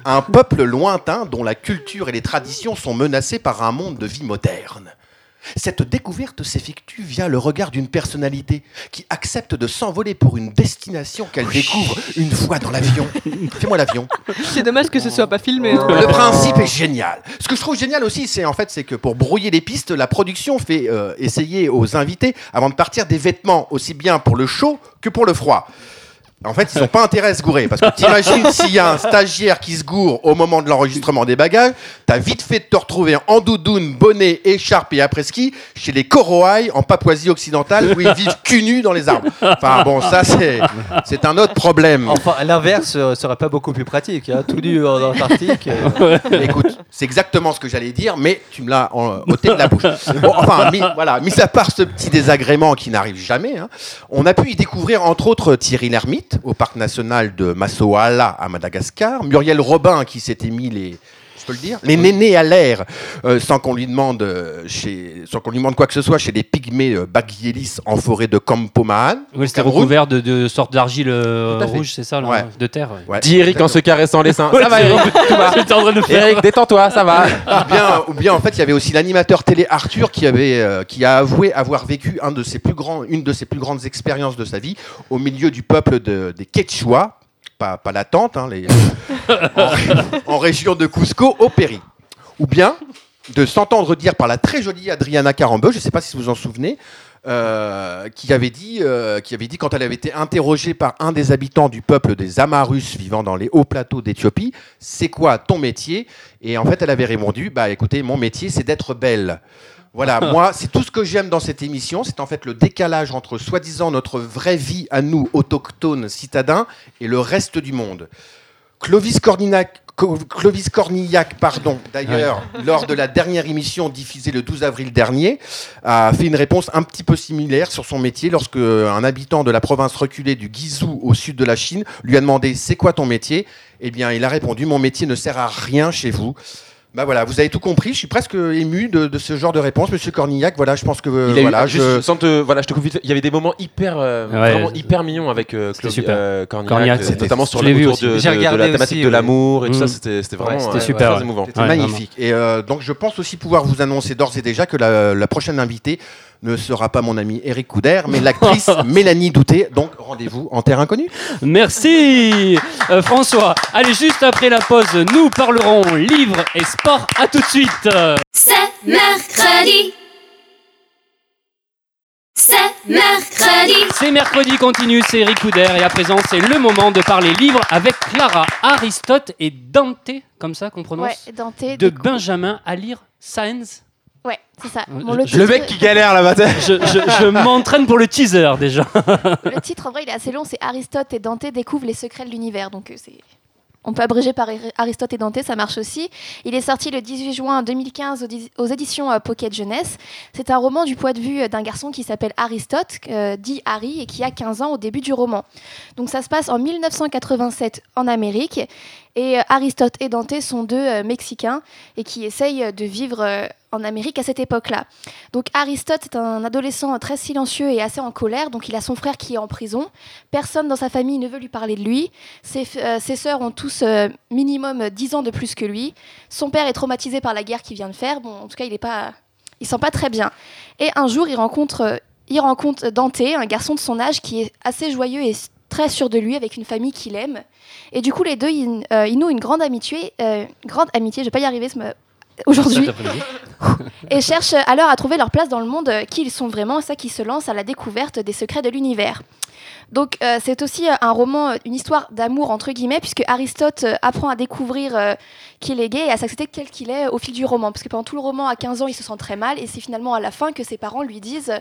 Speaker 4: un peuple lointain dont la culture et les traditions sont menacées par un monde de vie moderne. Cette découverte s'effectue via le regard d'une personnalité qui accepte de s'envoler pour une destination qu'elle découvre une fois dans l'avion. Fais-moi l'avion.
Speaker 5: C'est dommage que ce soit pas filmé.
Speaker 4: Le principe est génial. Ce que je trouve génial aussi, c'est en fait, c'est que pour brouiller les pistes, la production fait euh, essayer aux invités avant de partir des vêtements aussi bien pour le chaud que pour le froid. En fait, ils n'ont pas intérêt à se gourer. Parce que t'imagines s'il y a un stagiaire qui se gourre au moment de l'enregistrement des bagages, t'as vite fait de te retrouver en doudoune, bonnet, écharpe et après-ski chez les Koroai en Papouasie-Occidentale où ils vivent cul nus dans les arbres. Enfin bon, ça c'est c'est un autre problème.
Speaker 7: Enfin, à l'inverse euh, serait pas beaucoup plus pratique. hein, tout nu en Antarctique. euh.
Speaker 4: Écoute, c'est exactement ce que j'allais dire, mais tu me l'as en- ôté de la bouche. Bon, enfin, mis, voilà, mis à part ce petit désagrément qui n'arrive jamais, hein, on a pu y découvrir entre autres Thierry Lhermitte au parc national de Massoala à Madagascar, Muriel Robin qui s'était mis les je peux le dire, les nénés à l'air, euh, sans qu'on lui demande euh, chez, sans qu'on lui demande quoi que ce soit, chez les pygmées euh, Baghielis en forêt de Kampomaan.
Speaker 3: Oui, c'était
Speaker 4: Cameroun.
Speaker 3: recouvert de, de sortes d'argile euh,
Speaker 4: Tout à fait.
Speaker 3: rouge, c'est ça, là,
Speaker 4: Ouais.
Speaker 3: de terre. ouais.
Speaker 4: Ouais,
Speaker 6: Dis Eric en se caressant les seins.
Speaker 3: Ouais,
Speaker 6: ça va,
Speaker 3: c'est
Speaker 6: Eric,
Speaker 3: vrai.
Speaker 6: tout va.
Speaker 3: J'étais en train de le faire.
Speaker 6: Eric, détends-toi, ça va.
Speaker 4: ou bien, ou bien en fait, il y avait aussi l'animateur télé Arthur qui avait, euh, qui a avoué avoir vécu un de ses plus grands, une de ses plus grandes expériences de sa vie au milieu du peuple de- des Quechua, pas, pas la tante, hein, les, en, en région de Cusco, au Péri. Ou bien de s'entendre dire par la très jolie Adriana Carambeu, je ne sais pas si vous vous en souvenez, euh, qui avait dit, euh, qui avait dit quand elle avait été interrogée par un des habitants du peuple des Amarus vivant dans les hauts plateaux d'Éthiopie, c'est quoi ton métier Et en fait, elle avait répondu, bah écoutez, mon métier, c'est d'être belle. Voilà, moi, c'est tout ce que j'aime dans cette émission, c'est en fait le décalage entre soi-disant notre vraie vie à nous, autochtones, citadins, et le reste du monde. Clovis Cornillac, Co- Clovis Cornillac, pardon, d'ailleurs, lors de la dernière émission diffusée le 12 avril dernier, a fait une réponse un petit peu similaire sur son métier lorsque un habitant de la province reculée du Guizhou au sud de la Chine lui a demandé c'est quoi ton métier Eh bien, il a répondu mon métier ne sert à rien chez vous. Bah voilà, vous avez tout compris. Je suis presque ému de, de ce genre de réponse, Monsieur Cornillac. Voilà, je pense que euh,
Speaker 6: Il a eu-
Speaker 4: voilà,
Speaker 6: juste,
Speaker 4: je-
Speaker 6: sans te- voilà, je te coupe vite fait. Il y avait des moments hyper, euh,
Speaker 3: Ouais,
Speaker 6: vraiment
Speaker 3: c'est-
Speaker 6: hyper mignons avec euh,
Speaker 3: C'était
Speaker 6: Clovis-
Speaker 3: super.
Speaker 6: euh, Cornillac,
Speaker 3: Cornillac,
Speaker 6: euh,
Speaker 3: c'était-
Speaker 6: notamment sur
Speaker 3: je
Speaker 6: le
Speaker 3: l'ai vu
Speaker 6: autour
Speaker 3: aussi.
Speaker 6: de,
Speaker 7: J'ai
Speaker 6: de- de la
Speaker 7: regardé
Speaker 6: thématique
Speaker 7: aussi,
Speaker 6: de
Speaker 7: oui.
Speaker 6: l'amour et tout
Speaker 4: Mmh.
Speaker 3: Mm.
Speaker 6: ça. C'était c'était vraiment
Speaker 7: Ouais, c'était
Speaker 6: euh,
Speaker 3: super,
Speaker 6: très
Speaker 3: ouais.
Speaker 6: émouvant.
Speaker 4: C'est
Speaker 3: Ouais,
Speaker 4: magnifique. Et euh, donc, je pense aussi pouvoir vous annoncer d'ores et déjà que la, la prochaine invitée ne sera pas mon ami Eric Couder, mais l'actrice Mélanie Douté. Donc, rendez-vous en terre inconnue.
Speaker 3: Merci euh, François. Allez, juste après la pause, nous parlerons livres et sport. À tout de suite.
Speaker 2: C'est mercredi. C'est mercredi.
Speaker 3: C'est mercredi continue, c'est Eric Couder et à présent c'est le moment de parler livres avec Clara, Aristote et Dante, comme ça qu'on
Speaker 12: Ouais,
Speaker 3: prononce,
Speaker 12: Dante.
Speaker 3: de
Speaker 12: des-
Speaker 3: Benjamin à lire Saenz.
Speaker 12: Ouais, c'est ça.
Speaker 3: Euh,
Speaker 12: Bon,
Speaker 3: le
Speaker 12: titre-
Speaker 6: galère là-bas.
Speaker 3: Je, je- je m'entraîne pour le teaser déjà.
Speaker 12: le titre, en vrai, il est assez long. C'est Aristote et Dante découvrent les secrets de l'univers. Donc, euh, c'est. On peut abréger par Ari- Aristote et Dante, ça marche aussi. Il est sorti le 18 juin 2015 aux dis- aux éditions euh, Pocket Jeunesse. C'est un roman du point de vue euh, d'un garçon qui s'appelle Aristote, euh, dit Harry, et qui a 15 ans au début du roman. Donc ça se passe en 1987 en Amérique. Et euh, Aristote et Dante sont deux euh, Mexicains et qui essayent euh, de vivre euh, en Amérique à cette époque-là. Donc Aristote est un adolescent euh, très silencieux et assez en colère. Donc il a son frère qui est en prison. Personne dans sa famille ne veut lui parler de lui. Ses, f- euh, ses sœurs ont tous euh, minimum euh, 10 ans de plus que lui. Son père est traumatisé par la guerre qu'il vient de faire. Bon, en tout cas, il est pas... Il sent pas très bien. Et un jour, il rencontre, euh, il rencontre Dante, un garçon de son âge qui est assez joyeux et s- très très sûr de lui avec une famille qu'il aime. Et du coup, les deux, ils, euh, ils nouent une grande amitié, euh, grande amitié, je vais pas y arriver ce ma- aujourd'hui,
Speaker 13: Cet après-midi.
Speaker 12: et cherchent alors à trouver leur place dans le monde, euh, qui ils sont vraiment, et ça qui se lance à la découverte des secrets de l'univers. Donc euh, c'est aussi euh, un roman, euh, une histoire d'amour entre guillemets, puisque Aristote euh, apprend à découvrir euh, qu'il est gay et à s'accepter tel qu'il est euh, au fil du roman. Parce que pendant tout le roman, à 15 ans, il se sent très mal, et c'est finalement à la fin que ses parents lui disent, euh,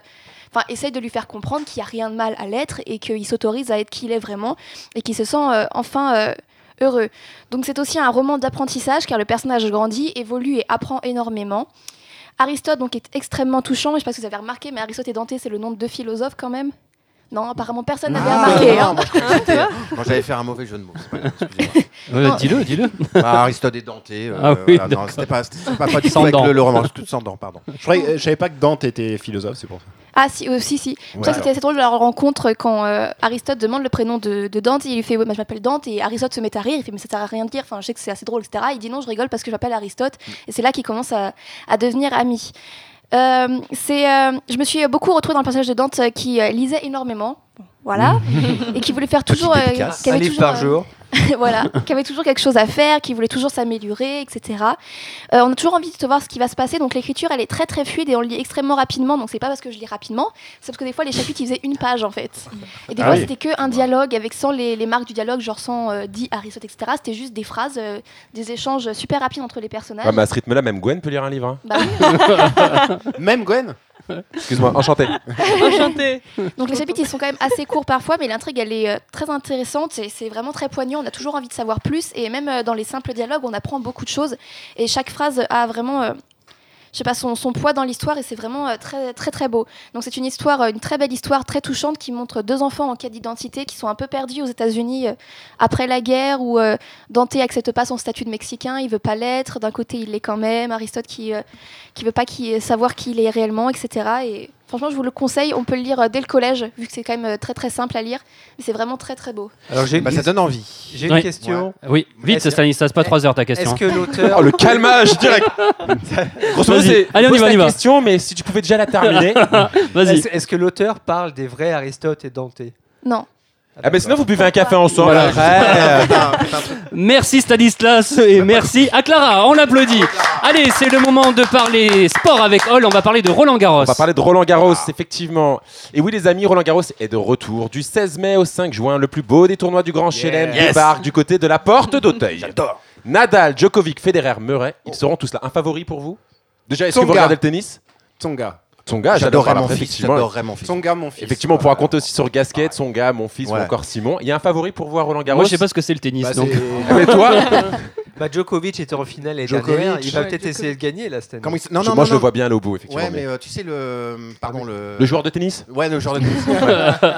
Speaker 12: enfin essayent de lui faire comprendre qu'il n'y a rien de mal à l'être et qu'il s'autorise à être qui il est vraiment et qu'il se sent euh, enfin euh, heureux. Donc c'est aussi un roman d'apprentissage car le personnage grandit, évolue et apprend énormément. Aristote donc est extrêmement touchant. et Je ne sais pas si vous avez remarqué, mais Aristote et Dante, c'est le nom de deux philosophes quand même. Non, apparemment personne n'avait remarqué. hein.
Speaker 4: moi, je croyais que Ah, c'était- moi, j'allais faire un mauvais jeu de mots. c'est pas grave, excusez-moi.
Speaker 3: Non, dis-le, dis-le.
Speaker 4: Bah, Aristote et Dante. euh,
Speaker 9: Ah oui,
Speaker 4: voilà, non,
Speaker 9: d'accord.
Speaker 4: c'était pas, c'était pas, pas du tout
Speaker 9: Sans
Speaker 4: avec
Speaker 9: dents.
Speaker 4: le, le roman, c'est tout sans dents, pardon.
Speaker 9: Je croyais- euh, je savais pas que Dante était philosophe, c'est pour ça.
Speaker 12: Ah si, euh, si, si. C'est pour ça
Speaker 9: Ouais.
Speaker 12: que c'était assez drôle leur rencontre quand euh, Aristote demande le prénom de, de Dante, il lui fait ouais, bah, je m'appelle Dante et Aristote se met à rire, il fait mais ça sert à rien de dire, enfin je sais que c'est assez drôle, etc. Il dit non je rigole parce que je m'appelle Aristote et c'est là qu'ils commencent à, à devenir amis. Euh, c'est, euh, je me suis beaucoup retrouvée dans le personnage de Dante euh, qui euh, lisait énormément, voilà, et qui voulait faire toujours, euh, qui avait
Speaker 7: Un livre
Speaker 12: toujours,
Speaker 7: par
Speaker 12: euh,
Speaker 7: jour.
Speaker 12: voilà, qui avait toujours quelque chose à faire, qui voulait toujours s'améliorer, etc. Euh, on a toujours envie de voir ce qui va se passer, donc l'écriture elle est très très fluide et on le lit extrêmement rapidement. Donc c'est pas parce que je lis rapidement, c'est parce que des fois les chapitres ils faisaient une page en fait. Et des
Speaker 14: Ah
Speaker 12: fois
Speaker 14: oui.
Speaker 12: c'était que un dialogue avec sans les, les marques du dialogue, genre sans euh, dit Aristote, etc. C'était juste des phrases, euh, des échanges super rapides entre les personnages.
Speaker 6: Ouais, mais à ce rythme-là, même Gwen peut lire un livre. hein.
Speaker 12: Bah oui.
Speaker 9: Même Gwen
Speaker 6: Excuse-moi, enchanté.
Speaker 5: Enchanté.
Speaker 12: Donc les chapitres ils sont quand même assez courts parfois, mais l'intrigue elle est euh, très intéressante et c'est vraiment très poignant. On a toujours envie de savoir plus et même euh, dans les simples dialogues on apprend beaucoup de choses et chaque phrase a vraiment, euh, je sais pas, son, son poids dans l'histoire et c'est vraiment euh, très très très beau. Donc c'est une histoire, euh, une très belle histoire très touchante qui montre deux enfants en quête d'identité qui sont un peu perdus aux États-Unis euh, après la guerre où euh, Dante accepte pas son statut de Mexicain, il veut pas l'être. D'un côté il l'est quand même, Aristote qui euh, qui veut pas qui- savoir qui il est réellement, etc. Et franchement, je vous le conseille, on peut le lire euh, dès le collège, vu que c'est quand même euh, très très simple à lire, mais c'est vraiment très très beau.
Speaker 3: Bah, ça donne envie.
Speaker 7: J'ai une
Speaker 3: Oui.
Speaker 7: question.
Speaker 3: Ouais. Oui, vite,
Speaker 7: Est-ce-
Speaker 3: Stanislas, pas trois heures, ta question,
Speaker 7: Est-ce que
Speaker 3: hein.
Speaker 7: l'auteur.
Speaker 3: Oh, le calmage, direct.
Speaker 6: Grosso modo,
Speaker 3: Vas-y.
Speaker 6: c'est-
Speaker 3: Allez, on y
Speaker 6: pose
Speaker 3: va, on
Speaker 6: ta
Speaker 3: y va.
Speaker 6: question, mais si tu pouvais déjà la terminer.
Speaker 3: Vas-y.
Speaker 7: Est-ce est-ce que l'auteur parle des vrais Aristote et Dante
Speaker 12: Non.
Speaker 6: Ah, mais sinon, vous buvez un café ensemble.
Speaker 3: Voilà.
Speaker 6: après.
Speaker 3: Merci Stanislas et merci à Clara, on l'applaudit. Allez, c'est le moment de parler sport avec Ol, on va parler de Roland Garros.
Speaker 6: On va parler de Roland Garros, effectivement. Et oui, les amis, Roland Garros est de retour du 16 mai au 5 juin. Le plus beau des tournois du Grand Chelem
Speaker 4: Yes.
Speaker 6: débarque du côté de la porte d'Auteuil. Nadal, Djokovic, Federer, Murray, ils seront tous là. Un favori pour vous Déjà, est-ce que vous
Speaker 9: Tsonga.
Speaker 6: regardez le tennis
Speaker 9: Tsonga.
Speaker 6: Tsonga,
Speaker 4: J'adorerais
Speaker 6: j'adore
Speaker 4: mon fils, j'adorerais
Speaker 6: mon
Speaker 4: fils.
Speaker 9: Tsonga, mon fils.
Speaker 6: Effectivement, on pourra compter aussi sur Gasquet, Tsonga, mon fils
Speaker 4: Ouais.
Speaker 6: ou encore Simon. Il y a un favori pour voir Roland Garros
Speaker 3: Moi, je sais pas ce que c'est le tennis,
Speaker 6: Bah,
Speaker 3: donc.
Speaker 6: c'est- Ah, mais toi
Speaker 7: Bah, Djokovic était en finale et
Speaker 4: Djokovic.
Speaker 7: dernière. Il va
Speaker 4: Ouais,
Speaker 7: peut-être
Speaker 4: Djokovic.
Speaker 7: essayer de gagner là cette année.
Speaker 4: Comment il s- non, non,
Speaker 6: Moi,
Speaker 4: non,
Speaker 6: je le
Speaker 4: non.
Speaker 6: vois bien aller au bout, effectivement.
Speaker 4: Ouais, mais euh, tu sais, le. Pardon, le.
Speaker 6: Euh, Le joueur de tennis
Speaker 4: Ouais, le joueur de tennis. ouais.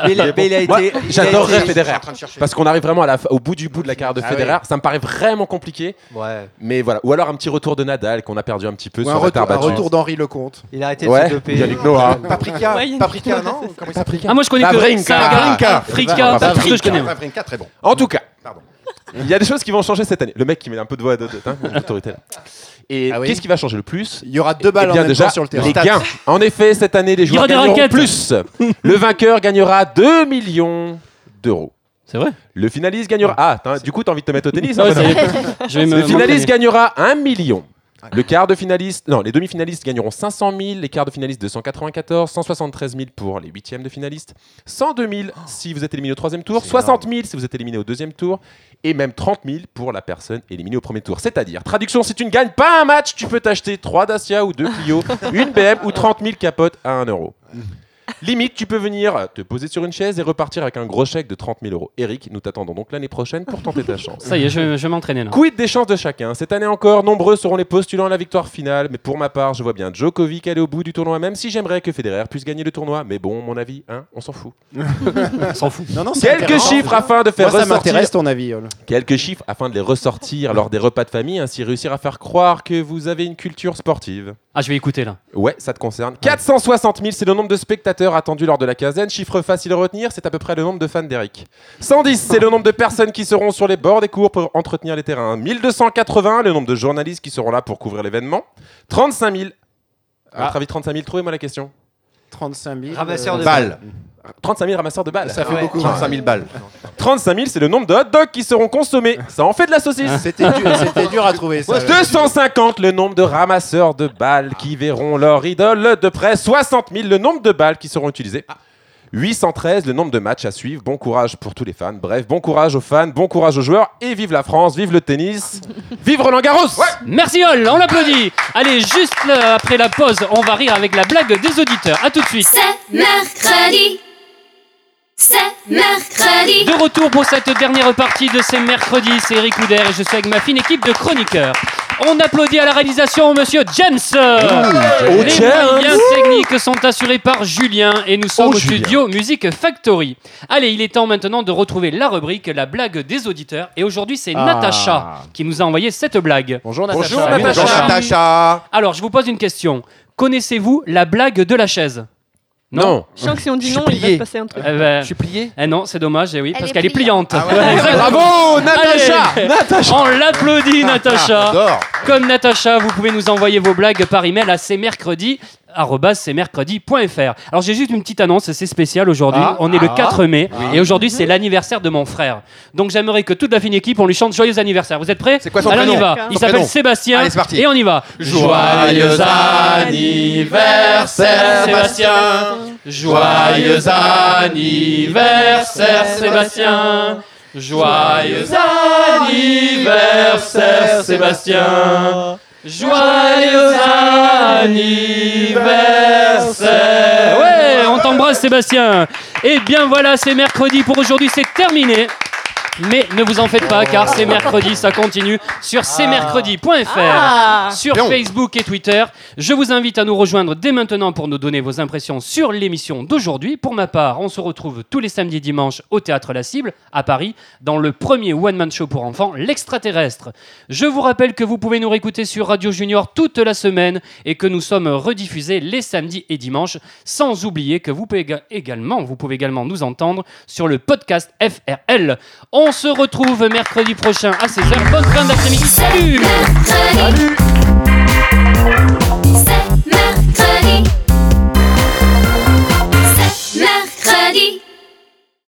Speaker 6: Mais il a- mais il a
Speaker 4: Moi,
Speaker 6: été- il a
Speaker 4: j'adorerais
Speaker 6: été-
Speaker 4: Federer.
Speaker 6: Parce qu'on arrive vraiment à la f- au bout du bout de la carrière de
Speaker 4: Ah
Speaker 6: Federer.
Speaker 4: ouais.
Speaker 6: Ça me paraît vraiment compliqué.
Speaker 7: Ouais.
Speaker 6: Mais voilà. Ou alors un petit retour de Nadal qu'on a perdu un petit peu
Speaker 9: Ou
Speaker 6: sur
Speaker 9: un
Speaker 6: la terre
Speaker 9: retour, un
Speaker 6: battue.
Speaker 9: retour d'Henri Lecomte.
Speaker 7: Il a arrêté
Speaker 6: de Ouais, se doper. Yannick Noah.
Speaker 4: Paprika,
Speaker 9: Ouais, il y a une-
Speaker 4: Paprika, non Comment il s'appelle
Speaker 3: Ah, moi, je connais que
Speaker 6: Vavrinka.
Speaker 3: Saga, Paprika,
Speaker 6: Vavrinka.
Speaker 3: tout ce que je connais.
Speaker 4: Vavrinka, très bon.
Speaker 6: En tout cas, il y a des choses qui vont changer cette année. Le mec qui met un peu de voix à d'autres, hein, d'autorité. Et
Speaker 9: Ah oui.
Speaker 6: qu'est-ce qui va changer le plus
Speaker 9: Il y aura deux balles
Speaker 6: Eh bien,
Speaker 9: en même
Speaker 6: déjà,
Speaker 9: temps sur le terrain.
Speaker 6: Les gains. En effet, cette année, les
Speaker 9: Il y
Speaker 6: joueurs
Speaker 9: aura des
Speaker 6: gagneront
Speaker 9: raquettes.
Speaker 6: plus. le vainqueur gagnera 2 millions d'euros.
Speaker 3: C'est vrai
Speaker 6: Le finaliste gagnera. Ah, t'as- du coup, t'as envie de te mettre au tennis
Speaker 3: Ouais,
Speaker 6: hein,
Speaker 3: ça y est.
Speaker 6: bonhomme.
Speaker 3: Je vais me-
Speaker 6: Le finaliste
Speaker 3: m'entraîner.
Speaker 6: gagnera 1 million. Le quart de finaliste, non, les demi-finalistes gagneront 500 000, les quarts de finalistes 294, 173 000 pour les huitièmes de finalistes, 102 000 si vous êtes éliminé au troisième tour, 60 000 si vous êtes éliminé au deuxième tour, et même 30 000 pour la personne éliminée au premier tour. C'est-à-dire, traduction, si tu ne gagnes pas un match, tu peux t'acheter 3 Dacia ou 2 Clio, une BM ou 30 000 capotes à 1 euro. Limite, tu peux venir euh, te poser sur une chaise et repartir avec un gros chèque de 30 000 euros. Eric, nous t'attendons donc l'année prochaine pour tenter ta chance.
Speaker 3: Ça y est, je, je vais m'entraîner là.
Speaker 6: Quid des chances de chacun Cette année encore, nombreux seront les postulants à la victoire finale, mais pour ma part, je vois bien Djokovic aller au bout du tournoi, même si j'aimerais que Federer puisse gagner le tournoi. Mais bon, mon avis, hein, on s'en fout. on
Speaker 3: s'en fout.
Speaker 9: Non, non, c'est
Speaker 6: Quelques
Speaker 9: intéressant.
Speaker 6: chiffres afin de faire
Speaker 9: Moi, ça
Speaker 6: ressortir
Speaker 9: m'intéresse ton avis, Ol.
Speaker 6: Quelques chiffres afin de les ressortir lors des repas de famille, ainsi réussir à faire croire que vous avez une culture sportive.
Speaker 3: Ah, je vais écouter là.
Speaker 6: Ouais, ça te concerne. 460 000, c'est le nombre de spectateurs attendus lors de la quinzaine. Chiffre facile à retenir, c'est à peu près le nombre de fans d'Eric. 110, c'est le nombre de personnes qui seront sur les bords des cours pour entretenir les terrains. 1280, le nombre de journalistes qui seront là pour couvrir l'événement. 35 000. À
Speaker 3: Ah.
Speaker 6: votre avis, 35 000, trouvez-moi la question.
Speaker 9: 35 000.
Speaker 7: Ramasseur
Speaker 9: euh,
Speaker 7: de balles. Ah
Speaker 6: 35 000 ramasseurs de balles.
Speaker 4: Ça fait Ouais. beaucoup. 35 000 balles.
Speaker 6: 35 000, c'est le nombre de hot dogs qui seront consommés. Ça en fait de la saucisse.
Speaker 9: C'était dur- c'était dur à trouver, ça.
Speaker 6: 250, le nombre de ramasseurs de balles qui verront leur idole de près. 60 000, le nombre de balles qui seront utilisées. 813, le nombre de matchs à suivre. Bon courage pour tous les fans. Bref, bon courage aux fans, bon courage aux joueurs. Et vive la France, vive le tennis, vive Roland Garros.
Speaker 3: Merci Ol, on l'applaudit. Allez, juste euh, après la pause, on va rire avec la blague des auditeurs. À tout de suite.
Speaker 2: mercredi. C'est mercredi.
Speaker 3: De retour pour cette dernière partie de ces mercredis, c'est Eric Couder et je suis avec ma fine équipe de chroniqueurs. On applaudit à la réalisation Monsieur James.
Speaker 10: Mmh. oh,
Speaker 3: Les
Speaker 10: James.
Speaker 3: moyens
Speaker 10: Ouh.
Speaker 3: techniques sont assurés par Julien et nous sommes
Speaker 10: Oh,
Speaker 3: au
Speaker 10: Julien.
Speaker 3: studio Music Factory. Allez, il est temps maintenant de retrouver la rubrique La blague des auditeurs et aujourd'hui c'est
Speaker 10: Ah.
Speaker 3: Natacha qui nous a envoyé cette blague. Bonjour
Speaker 4: Natacha.
Speaker 3: Bonjour
Speaker 4: Salut,
Speaker 3: Natacha.
Speaker 4: Natacha.
Speaker 3: Alors je vous pose une question. Connaissez-vous la blague de la chaise
Speaker 6: Non.
Speaker 5: Je sens que si on dit
Speaker 3: Je suis
Speaker 5: non, il va
Speaker 3: plié.
Speaker 5: se passer un truc.
Speaker 3: Eh ben- Eh non, c'est dommage, eh oui,
Speaker 5: Elle
Speaker 3: parce
Speaker 5: est
Speaker 3: qu'elle est
Speaker 5: pliante.
Speaker 3: pliante.
Speaker 5: Ah ouais.
Speaker 3: Exactement.
Speaker 5: Bravo, Natacha
Speaker 3: Allez.
Speaker 5: Natacha
Speaker 3: On l'applaudit,
Speaker 5: Ah,
Speaker 3: Natacha
Speaker 5: j'adore.
Speaker 3: Comme Natacha, vous pouvez nous envoyer vos blagues par email à cmercredi.fr. Alors j'ai juste une petite annonce, c'est spécial aujourd'hui.
Speaker 10: Ah.
Speaker 3: on est le
Speaker 10: Ah.
Speaker 3: 4 mai
Speaker 10: Oui.
Speaker 3: et aujourd'hui c'est l'anniversaire de mon frère. Donc j'aimerais que toute la fine équipe on lui chante joyeux anniversaire. Vous êtes prêts C'est
Speaker 4: quoi son
Speaker 3: Allez, on y
Speaker 4: prénom
Speaker 3: va. Il
Speaker 4: Son
Speaker 3: s'appelle
Speaker 4: prénom.
Speaker 3: Sébastien.
Speaker 4: Allez, c'est parti.
Speaker 3: Et on y va.
Speaker 4: Joyeux anniversaire, Sébastien.
Speaker 3: Joyeux anniversaire Sébastien Joyeux anniversaire Sébastien Joyeux anniversaire Ouais, on t'embrasse Sébastien Et bien voilà, c'est mercredi pour aujourd'hui, c'est terminé mais ne vous en faites pas car c'est mercredi, ça continue sur cmercredi.fr,
Speaker 10: Ah.
Speaker 3: sur
Speaker 10: Bien.
Speaker 3: Facebook et Twitter. Je vous invite à nous rejoindre dès maintenant pour nous donner vos impressions sur l'émission d'aujourd'hui. Pour ma part, on se retrouve tous les samedis et dimanches au Théâtre La Cible, à Paris, dans le premier one-man show pour enfants, L'Extraterrestre. Je vous rappelle que vous pouvez nous réécouter sur Radio Junior toute la semaine et que nous sommes rediffusés les samedis et dimanches, sans oublier que vous pouvez éga- également, vous pouvez également nous entendre sur le podcast FRL. On se retrouve mercredi prochain à 16h. Bonne fin d'après-midi. Salut
Speaker 2: Mercredi.